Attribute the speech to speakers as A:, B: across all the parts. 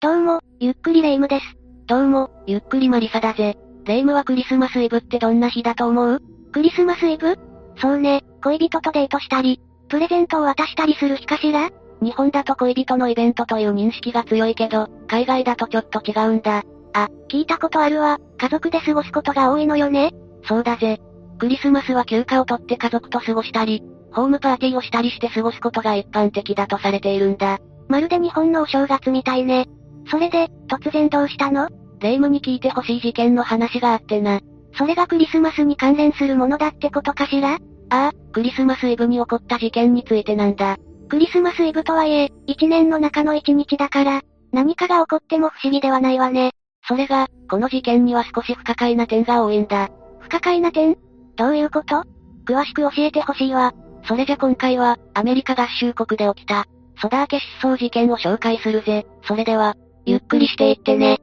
A: どうも、ゆっくりレ夢ムです。
B: どうも、ゆっくりマリサだぜ。レ夢ムはクリスマスイブってどんな日だと思う
A: クリスマスイブそうね、恋人とデートしたり、プレゼントを渡したりする日かしら
B: 日本だと恋人のイベントという認識が強いけど、海外だとちょっと違うんだ。
A: あ、聞いたことあるわ。家族で過ごすことが多いのよね。
B: そうだぜ。クリスマスは休暇を取って家族と過ごしたり、ホームパーティーをしたりして過ごすことが一般的だとされているんだ。
A: まるで日本のお正月みたいね。それで、突然どうしたの
B: 霊夢に聞いてほしい事件の話があってな。
A: それがクリスマスに関連するものだってことかしら
B: ああ、クリスマスイブに起こった事件についてなんだ。
A: クリスマスイブとはいえ、一年の中の一日だから、何かが起こっても不思議ではないわね。
B: それが、この事件には少し不可解な点が多いんだ。
A: 不可解な点どういうこと
B: 詳しく教えてほしいわ。それじゃ今回は、アメリカ合衆国で起きた、ソダー家失踪事件を紹介するぜ。それでは、ゆっくりしていってね。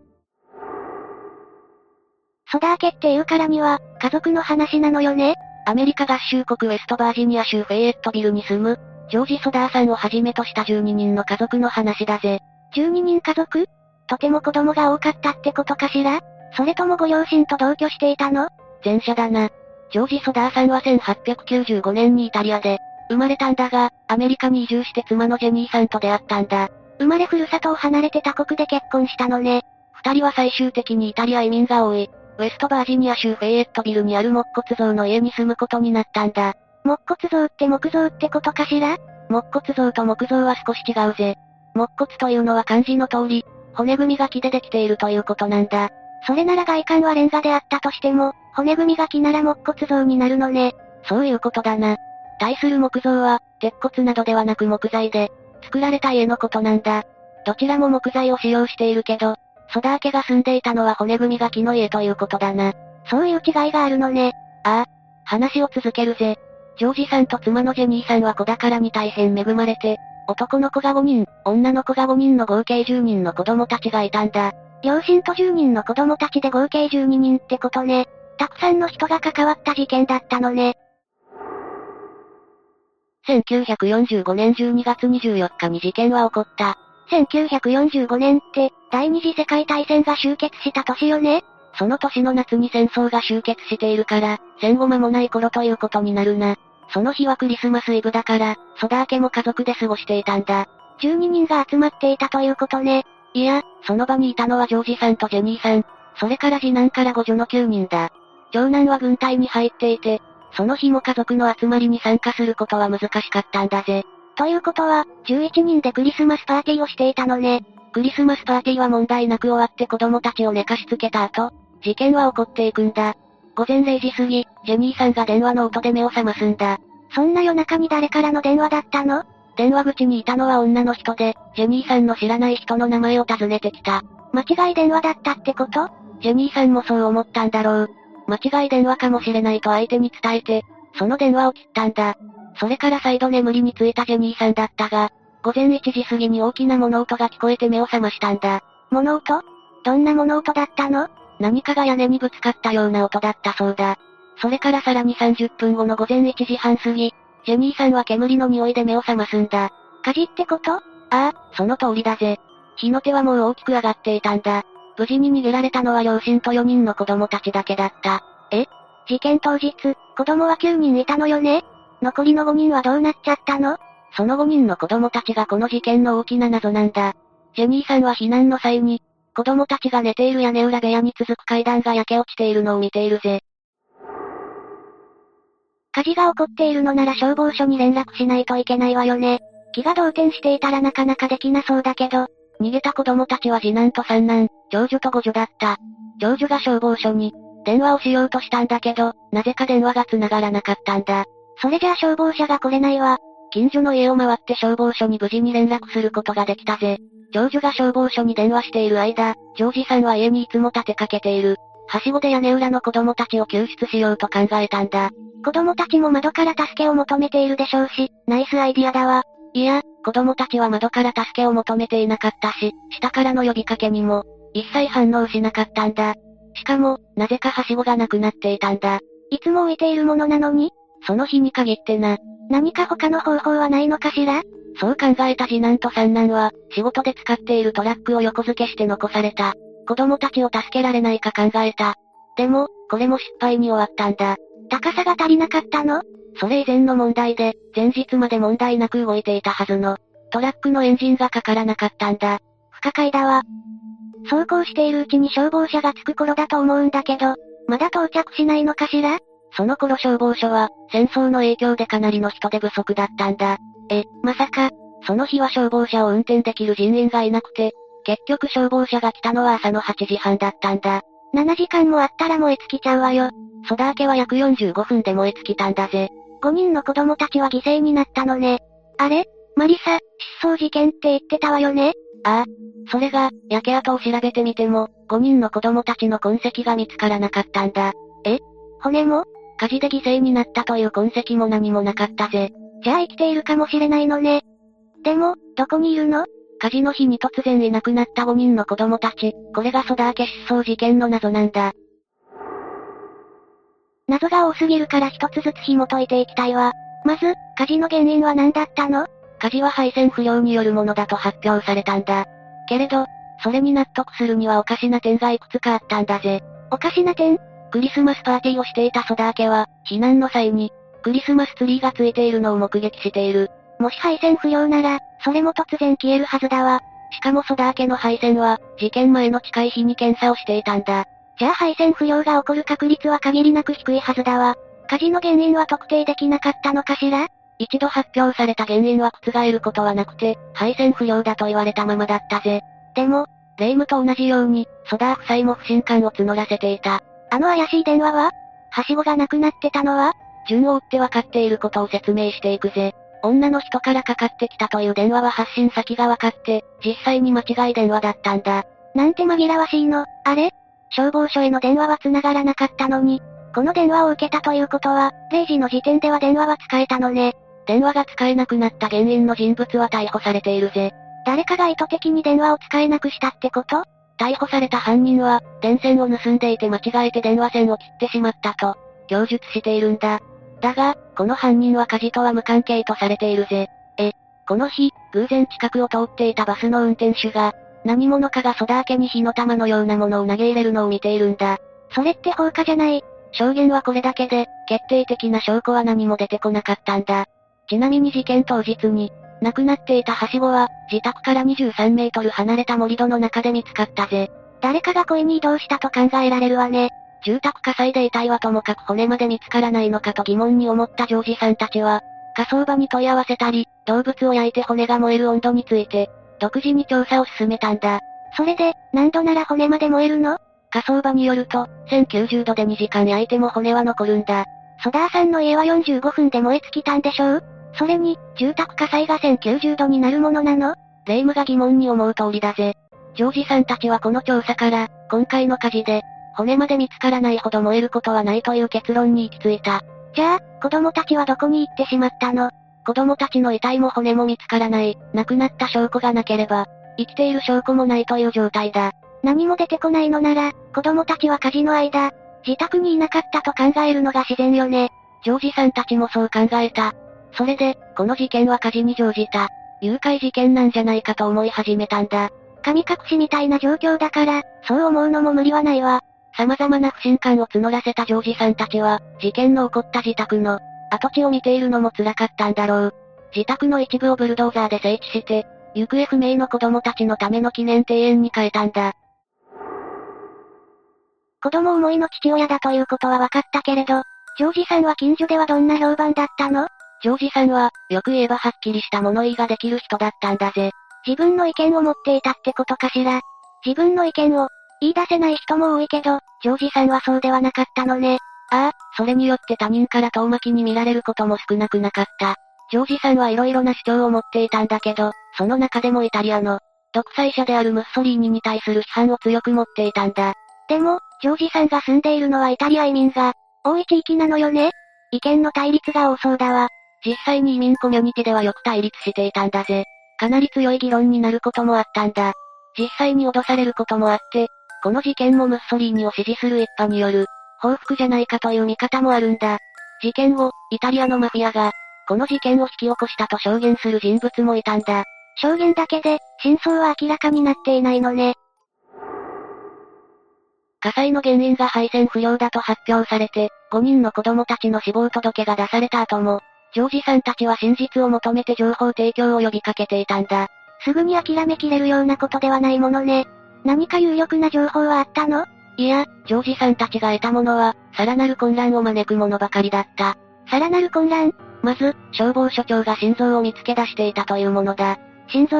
A: ソダー家っていうからには、家族の話なのよね。
B: アメリカ合衆国ウェストバージニア州フェイエットビルに住む、ジョージ・ソダーさんをはじめとした12人の家族の話だぜ。
A: 12人家族とても子供が多かったってことかしらそれともご両親と同居していたの
B: 前者だな。ジョージ・ソダーさんは1895年にイタリアで、生まれたんだが、アメリカに移住して妻のジェニーさんと出会ったんだ。
A: 生まれふるさとを離れて他国で結婚したのね。
B: 二人は最終的にイタリア移民が多い、ウェストバージニア州フェイエットビルにある木骨像の家に住むことになったんだ。
A: 木骨像って木像ってことかしら
B: 木骨像と木像は少し違うぜ。木骨というのは漢字の通り、骨組みが木でできているということなんだ。
A: それなら外観はレンガであったとしても、骨組みが木なら木骨像になるのね。
B: そういうことだな。対する木像は、鉄骨などではなく木材で、作られた家のことなんだ。どちらも木材を使用しているけど、ソダー家が住んでいたのは骨組みが木の家ということだな。
A: そういう違いがあるのね。
B: ああ。話を続けるぜ。ジョージさんと妻のジェニーさんは子宝に大変恵まれて、男の子が5人、女の子が5人の合計10人の子供たちがいたんだ。
A: 両親と10人の子供たちで合計12人ってことね。たくさんの人が関わった事件だったのね。
B: 1945年12月24日に事件は起こった。
A: 1945年って、第二次世界大戦が終結した年よね
B: その年の夏に戦争が終結しているから、戦後間もない頃ということになるな。その日はクリスマスイブだから、ソダー家も家族で過ごしていたんだ。
A: 12人が集まっていたということね。
B: いや、その場にいたのはジョージさんとジェニーさん。それから次男から五女の9人だ。長男は軍隊に入っていて、その日も家族の集まりに参加することは難しかったんだぜ。
A: ということは、11人でクリスマスパーティーをしていたのね。
B: クリスマスパーティーは問題なく終わって子供たちを寝かしつけた後、事件は起こっていくんだ。午前0時過ぎ、ジェニーさんが電話の音で目を覚ますんだ。
A: そんな夜中に誰からの電話だったの
B: 電話口にいたのは女の人で、ジェニーさんの知らない人の名前を尋ねてきた。
A: 間違い電話だったってこと
B: ジェニーさんもそう思ったんだろう。間違い電話かもしれないと相手に伝えて、その電話を切ったんだ。それから再度眠りについたジェニーさんだったが、午前1時過ぎに大きな物音が聞こえて目を覚ましたんだ。
A: 物音どんな物音だったの
B: 何かが屋根にぶつかったような音だったそうだ。それからさらに30分後の午前1時半過ぎ、ジェニーさんは煙の匂いで目を覚ますんだ。
A: 火事ってことあ
B: あ、その通りだぜ。火の手はもう大きく上がっていたんだ。無事に逃げられたのは両親と4人の子供たちだけだった。
A: え事件当日、子供は9人いたのよね残りの5人はどうなっちゃったの
B: その5人の子供たちがこの事件の大きな謎なんだ。ジェニーさんは避難の際に、子供たちが寝ている屋根裏部屋に続く階段が焼け落ちているのを見ているぜ。
A: 火事が起こっているのなら消防署に連絡しないといけないわよね。気が動転していたらなかなかできなそうだけど、
B: 逃げた子供たちは次男と三男、長女と五女だった。長女が消防署に、電話をしようとしたんだけど、なぜか電話が繋がらなかったんだ。
A: それじゃあ消防車が来れないわ。
B: 近所の家を回って消防署に無事に連絡することができたぜ。長女が消防署に電話している間、ジョージさんは家にいつも立てかけている。はしごで屋根裏の子供たちを救出しようと考えたんだ。
A: 子供たちも窓から助けを求めているでしょうし、ナイスアイディアだわ。
B: いや、子供たちは窓から助けを求めていなかったし、下からの呼びかけにも、一切反応しなかったんだ。しかも、なぜかはしごがなくなっていたんだ。
A: いつも置いているものなのに
B: その日に限ってな、
A: 何か他の方法はないのかしら
B: そう考えた次男と三男は、仕事で使っているトラックを横付けして残された。子供たちを助けられないか考えた。でも、これも失敗に終わったんだ。
A: 高さが足りなかったの
B: それ以前の問題で、前日まで問題なく動いていたはずの、トラックのエンジンがかからなかったんだ。
A: 不可解だわ。走行しているうちに消防車が着く頃だと思うんだけど、まだ到着しないのかしら
B: その頃消防署は、戦争の影響でかなりの人手不足だったんだ。え、まさか、その日は消防車を運転できる人員がいなくて、結局消防車が来たのは朝の8時半だったんだ。
A: 7時間もあったら燃え尽きちゃうわよ。
B: ソダー家は約45分で燃え尽きたんだぜ。
A: 5人の子供たちは犠牲になったのね。あれマリサ、失踪事件って言ってたわよね
B: ああ。それが、焼け跡を調べてみても、5人の子供たちの痕跡が見つからなかったんだ。
A: え骨も
B: 火事で犠牲になったという痕跡も何もなかったぜ。
A: じゃあ生きているかもしれないのね。でも、どこにいるの
B: 火事の日に突然いなくなった5人の子供たち、これがソダー家失踪事件の謎なんだ。
A: 謎が多すぎるから一つずつ紐解いていきたいわ。まず、火事の原因は何だったの
B: 火事は配線不良によるものだと発表されたんだ。けれど、それに納得するにはおかしな点がいくつかあったんだぜ。
A: おかしな点
B: クリスマスパーティーをしていたソダー家は、避難の際に、クリスマスツリーがついているのを目撃している。
A: もし配線不良なら、それも突然消えるはずだわ。
B: しかもソダー家の配線は、事件前の近い日に検査をしていたんだ。
A: じゃあ配線不良が起こる確率は限りなく低いはずだわ。火事の原因は特定できなかったのかしら
B: 一度発表された原因は覆ることはなくて、配線不良だと言われたままだったぜ。
A: でも、
B: 霊夢と同じように、ソダー夫妻も不信感を募らせていた。
A: あの怪しい電話ははしごがなくなってたのは
B: 順を追ってわかっていることを説明していくぜ。女の人からかかってきたという電話は発信先が分かって、実際に間違い電話だったんだ。
A: なんて紛らわしいの、あれ消防署への電話は繋がらなかったのに、この電話を受けたということは、0時の時点では電話は使えたのね。
B: 電話が使えなくなった原因の人物は逮捕されているぜ。
A: 誰かが意図的に電話を使えなくしたってこと
B: 逮捕された犯人は、電線を盗んでいて間違えて電話線を切ってしまったと、供述しているんだ。だが、この犯人は火事とは無関係とされているぜ。え、この日、偶然近くを通っていたバスの運転手が、何者かがソダー家に火の玉のようなものを投げ入れるのを見ているんだ。
A: それって放火じゃない。
B: 証言はこれだけで、決定的な証拠は何も出てこなかったんだ。ちなみに事件当日に、亡くなっていたはしごは、自宅から23メートル離れた盛り土の中で見つかったぜ。
A: 誰かが故意に移動したと考えられるわね。
B: 住宅火災で遺体はともかく骨まで見つからないのかと疑問に思ったジョージさんたちは、火葬場に問い合わせたり、動物を焼いて骨が燃える温度について、独自に調査を進めたんだ。
A: それで、何度なら骨まで燃えるの
B: 火葬場によると、1090度で2時間焼いても骨は残るんだ。
A: ソダーさんの家は45分で燃え尽きたんでしょうそれに、住宅火災が1090度になるものなの
B: 霊夢が疑問に思う通りだぜ。ジョージさんたちはこの調査から、今回の火事で、骨まで見つからないほど燃えることはないという結論に行き着いた。
A: じゃあ、子供たちはどこに行ってしまったの
B: 子供たちの遺体も骨も見つからない、亡くなった証拠がなければ、生きている証拠もないという状態だ。
A: 何も出てこないのなら、子供たちは火事の間、自宅にいなかったと考えるのが自然よね。
B: ジョージさんたちもそう考えた。それで、この事件は火事に乗じた、誘拐事件なんじゃないかと思い始めたんだ。
A: 神隠しみたいな状況だから、そう思うのも無理はないわ。
B: 様々な不信感を募らせたジョージさんたちは、事件の起こった自宅の、跡地を見ているのも辛かったんだろう。自宅の一部をブルドーザーで整地して、行方不明の子供たちのための記念庭園に変えたんだ。
A: 子供思いの父親だということは分かったけれど、ジョージさんは近所ではどんな評判だったの
B: ジョージさんは、よく言えばはっきりした物言いができる人だったんだぜ。
A: 自分の意見を持っていたってことかしら。自分の意見を、言い出せない人も多いけど、ジョージさんはそうではなかったのね。
B: ああ、それによって他人から遠巻きに見られることも少なくなかった。ジョージさんはいろいろな主張を持っていたんだけど、その中でもイタリアの、独裁者であるムッソリーニに対する批判を強く持っていたんだ。
A: でも、ジョージさんが住んでいるのはイタリア移民が、多い地域なのよね意見の対立が多そうだわ。
B: 実際に移民コミュニティではよく対立していたんだぜ。かなり強い議論になることもあったんだ。実際に脅されることもあって、この事件もムッソリーニを支持する一派による、報復じゃないかという見方もあるんだ。事件後、イタリアのマフィアが、この事件を引き起こしたと証言する人物もいたんだ。
A: 証言だけで、真相は明らかになっていないのね。
B: 火災の原因が配線不良だと発表されて、5人の子供たちの死亡届が出された後も、ジョージさんたちは真実を求めて情報提供を呼びかけていたんだ。
A: すぐに諦めきれるようなことではないものね。何か有力な情報はあったの
B: いや、ジョージさんたちが得たものは、さらなる混乱を招くものばかりだった。
A: さらなる混乱
B: まず、消防署長が心臓を見つけ出していたというものだ。
A: 心臓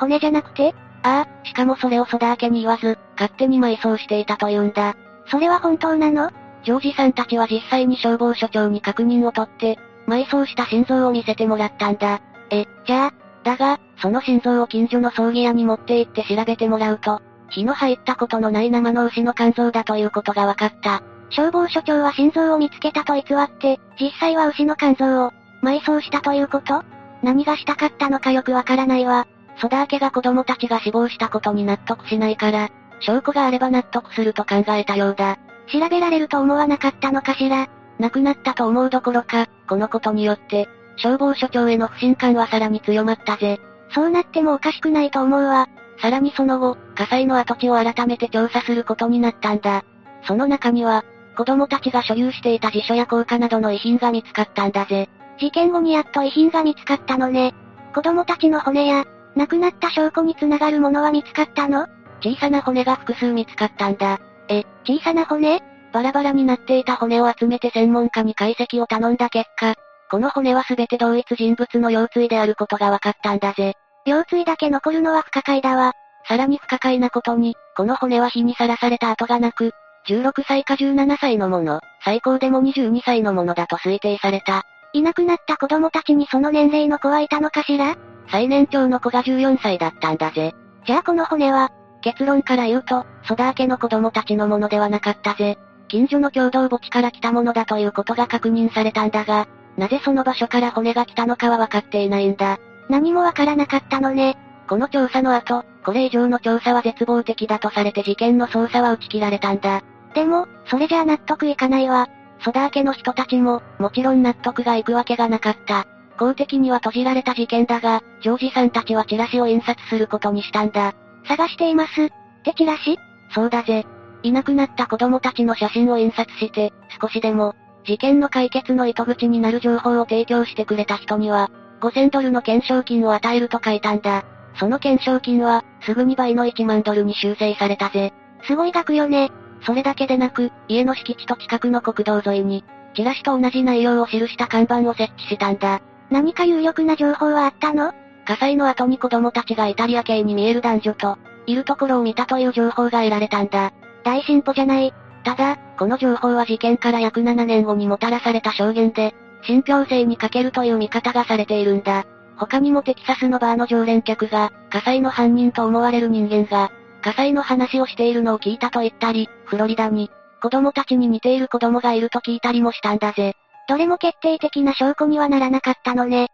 A: 骨じゃなくて
B: ああ、しかもそれをソダー家に言わず、勝手に埋葬していたというんだ。
A: それは本当なの
B: ジョージさんたちは実際に消防署長に確認を取って、埋葬した心臓を見せてもらったんだ。え、じゃあ、だが、その心臓を近所の葬儀屋に持って行って調べてもらうと、火の入ったことのない生の牛の肝臓だということが分かった。
A: 消防署長は心臓を見つけたと偽って、実際は牛の肝臓を埋葬したということ何がしたかったのかよくわからないわ。
B: ソダー家が子供たちが死亡したことに納得しないから、証拠があれば納得すると考えたようだ。
A: 調べられると思わなかったのかしら
B: 亡くなったと思うどころか、このことによって、消防署長への不信感はさらに強まったぜ。
A: そうなってもおかしくないと思うわ。
B: さらにその後、火災の跡地を改めて調査することになったんだ。その中には、子供たちが所有していた辞書や硬貨などの遺品が見つかったんだぜ。
A: 事件後にやっと遺品が見つかったのね。子供たちの骨や、亡くなった証拠につながるものは見つかったの
B: 小さな骨が複数見つかったんだ。
A: え、小さな骨
B: バラバラになっていた骨を集めて専門家に解析を頼んだ結果、この骨は全て同一人物の腰椎であることが分かったんだぜ。
A: 腰椎だけ残るのは不可解だわ。
B: さらに不可解なことに、この骨は火にさらされた跡がなく、16歳か17歳のもの、最高でも22歳のものだと推定された。
A: いなくなった子供たちにその年齢の子はいたのかしら
B: 最年長の子が14歳だったんだぜ。
A: じゃあこの骨は、
B: 結論から言うと、ソダー家の子供たちのものではなかったぜ。近所の共同墓地から来たものだということが確認されたんだが、なぜその場所から骨が来たのかは分かっていないんだ。
A: 何もわからなかったのね。
B: この調査の後、これ以上の調査は絶望的だとされて事件の捜査は打ち切られたんだ。
A: でも、それじゃあ納得いかないわ。
B: ソダー家の人たちも、もちろん納得がいくわけがなかった。公的には閉じられた事件だが、ジョージさんたちはチラシを印刷することにしたんだ。
A: 探しています。ってチラシ
B: そうだぜ。いなくなった子供たちの写真を印刷して、少しでも、事件の解決の糸口になる情報を提供してくれた人には、5000ドルの懸賞金を与えると書いたんだ。その懸賞金は、すぐに倍の1万ドルに修正されたぜ。
A: すごい額よね。
B: それだけでなく、家の敷地と近くの国道沿いに、チラシと同じ内容を記した看板を設置したんだ。
A: 何か有力な情報はあったの
B: 火災の後に子供たちがイタリア系に見える男女と、いるところを見たという情報が得られたんだ。
A: 大進歩じゃない。
B: ただ、この情報は事件から約7年後にもたらされた証言で、信憑性に欠けるという見方がされているんだ。他にもテキサスのバーの常連客が、火災の犯人と思われる人間が、火災の話をしているのを聞いたと言ったり、フロリダに、子供たちに似ている子供がいると聞いたりもしたんだぜ。
A: どれも決定的な証拠にはならなかったのね。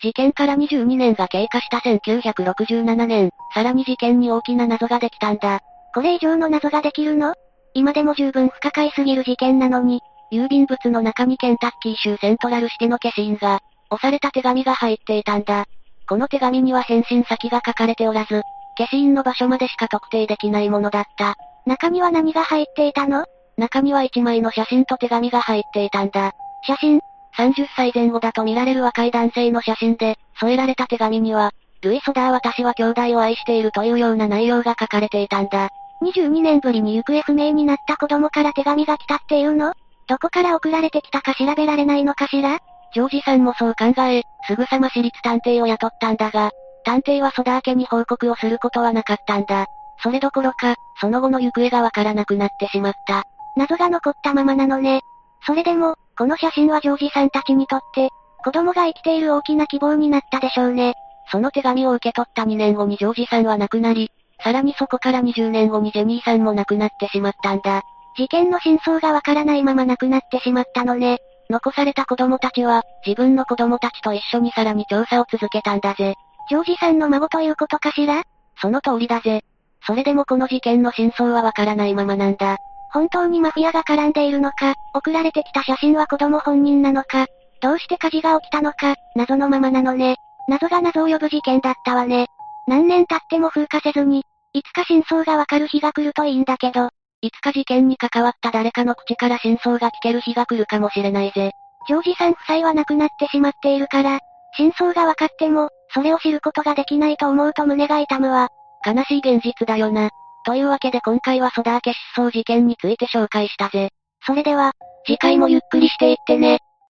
B: 事件から22年が経過した1967年、さらに事件に大きな謎ができたんだ。
A: これ以上の謎ができるの今でも十分不可解すぎる事件なのに、
B: 郵便物の中にケンタッキー州セントラルシティの消印が、押された手紙が入っていたんだ。この手紙には返信先が書かれておらず、消印の場所までしか特定できないものだった。
A: 中には何が入っていたの
B: 中には1枚の写真と手紙が入っていたんだ。
A: 写真、
B: 30歳前後だと見られる若い男性の写真で、添えられた手紙には、ルイ・ソダー私は兄弟を愛しているというような内容が書かれていたんだ。
A: 22年ぶりに行方不明になった子供から手紙が来たっていうのどこから送られてきたか調べられないのかしら
B: ジョージさんもそう考え、すぐさま私立探偵を雇ったんだが、探偵はソダー家に報告をすることはなかったんだ。それどころか、その後の行方がわからなくなってしまった。
A: 謎が残ったままなのね。それでも、この写真はジョージさんたちにとって、子供が生きている大きな希望になったでしょうね。
B: その手紙を受け取った2年後にジョージさんは亡くなり、さらにそこから20年後にジェニーさんも亡くなってしまったんだ。
A: 事件の真相がわからないまま亡くなってしまったのね。
B: 残された子供たちは、自分の子供たちと一緒にさらに調査を続けたんだぜ。
A: ジョージさんの孫ということかしら
B: その通りだぜ。それでもこの事件の真相はわからないままなんだ。本当にマフィアが絡んでいるのか、送られてきた写真は子供本人なのか、どうして火事が起きたのか、謎のままなのね。謎が謎を呼ぶ事件だったわね。何年経っても風化せずに、いつか真相がわかる日が来るといいんだけど、
C: いつか事件に関わった誰かの口から真相が聞ける日が来るかもしれないぜ。
B: ジョージさん夫妻は亡くなってしまっているから、真相がわかっても、それを知ることができないと思うと胸が痛むわ。
C: 悲しい現実だよな。というわけで今回はソダー家失踪事件について紹介したぜ。
B: それでは、
C: 次回もゆっくりしていってね。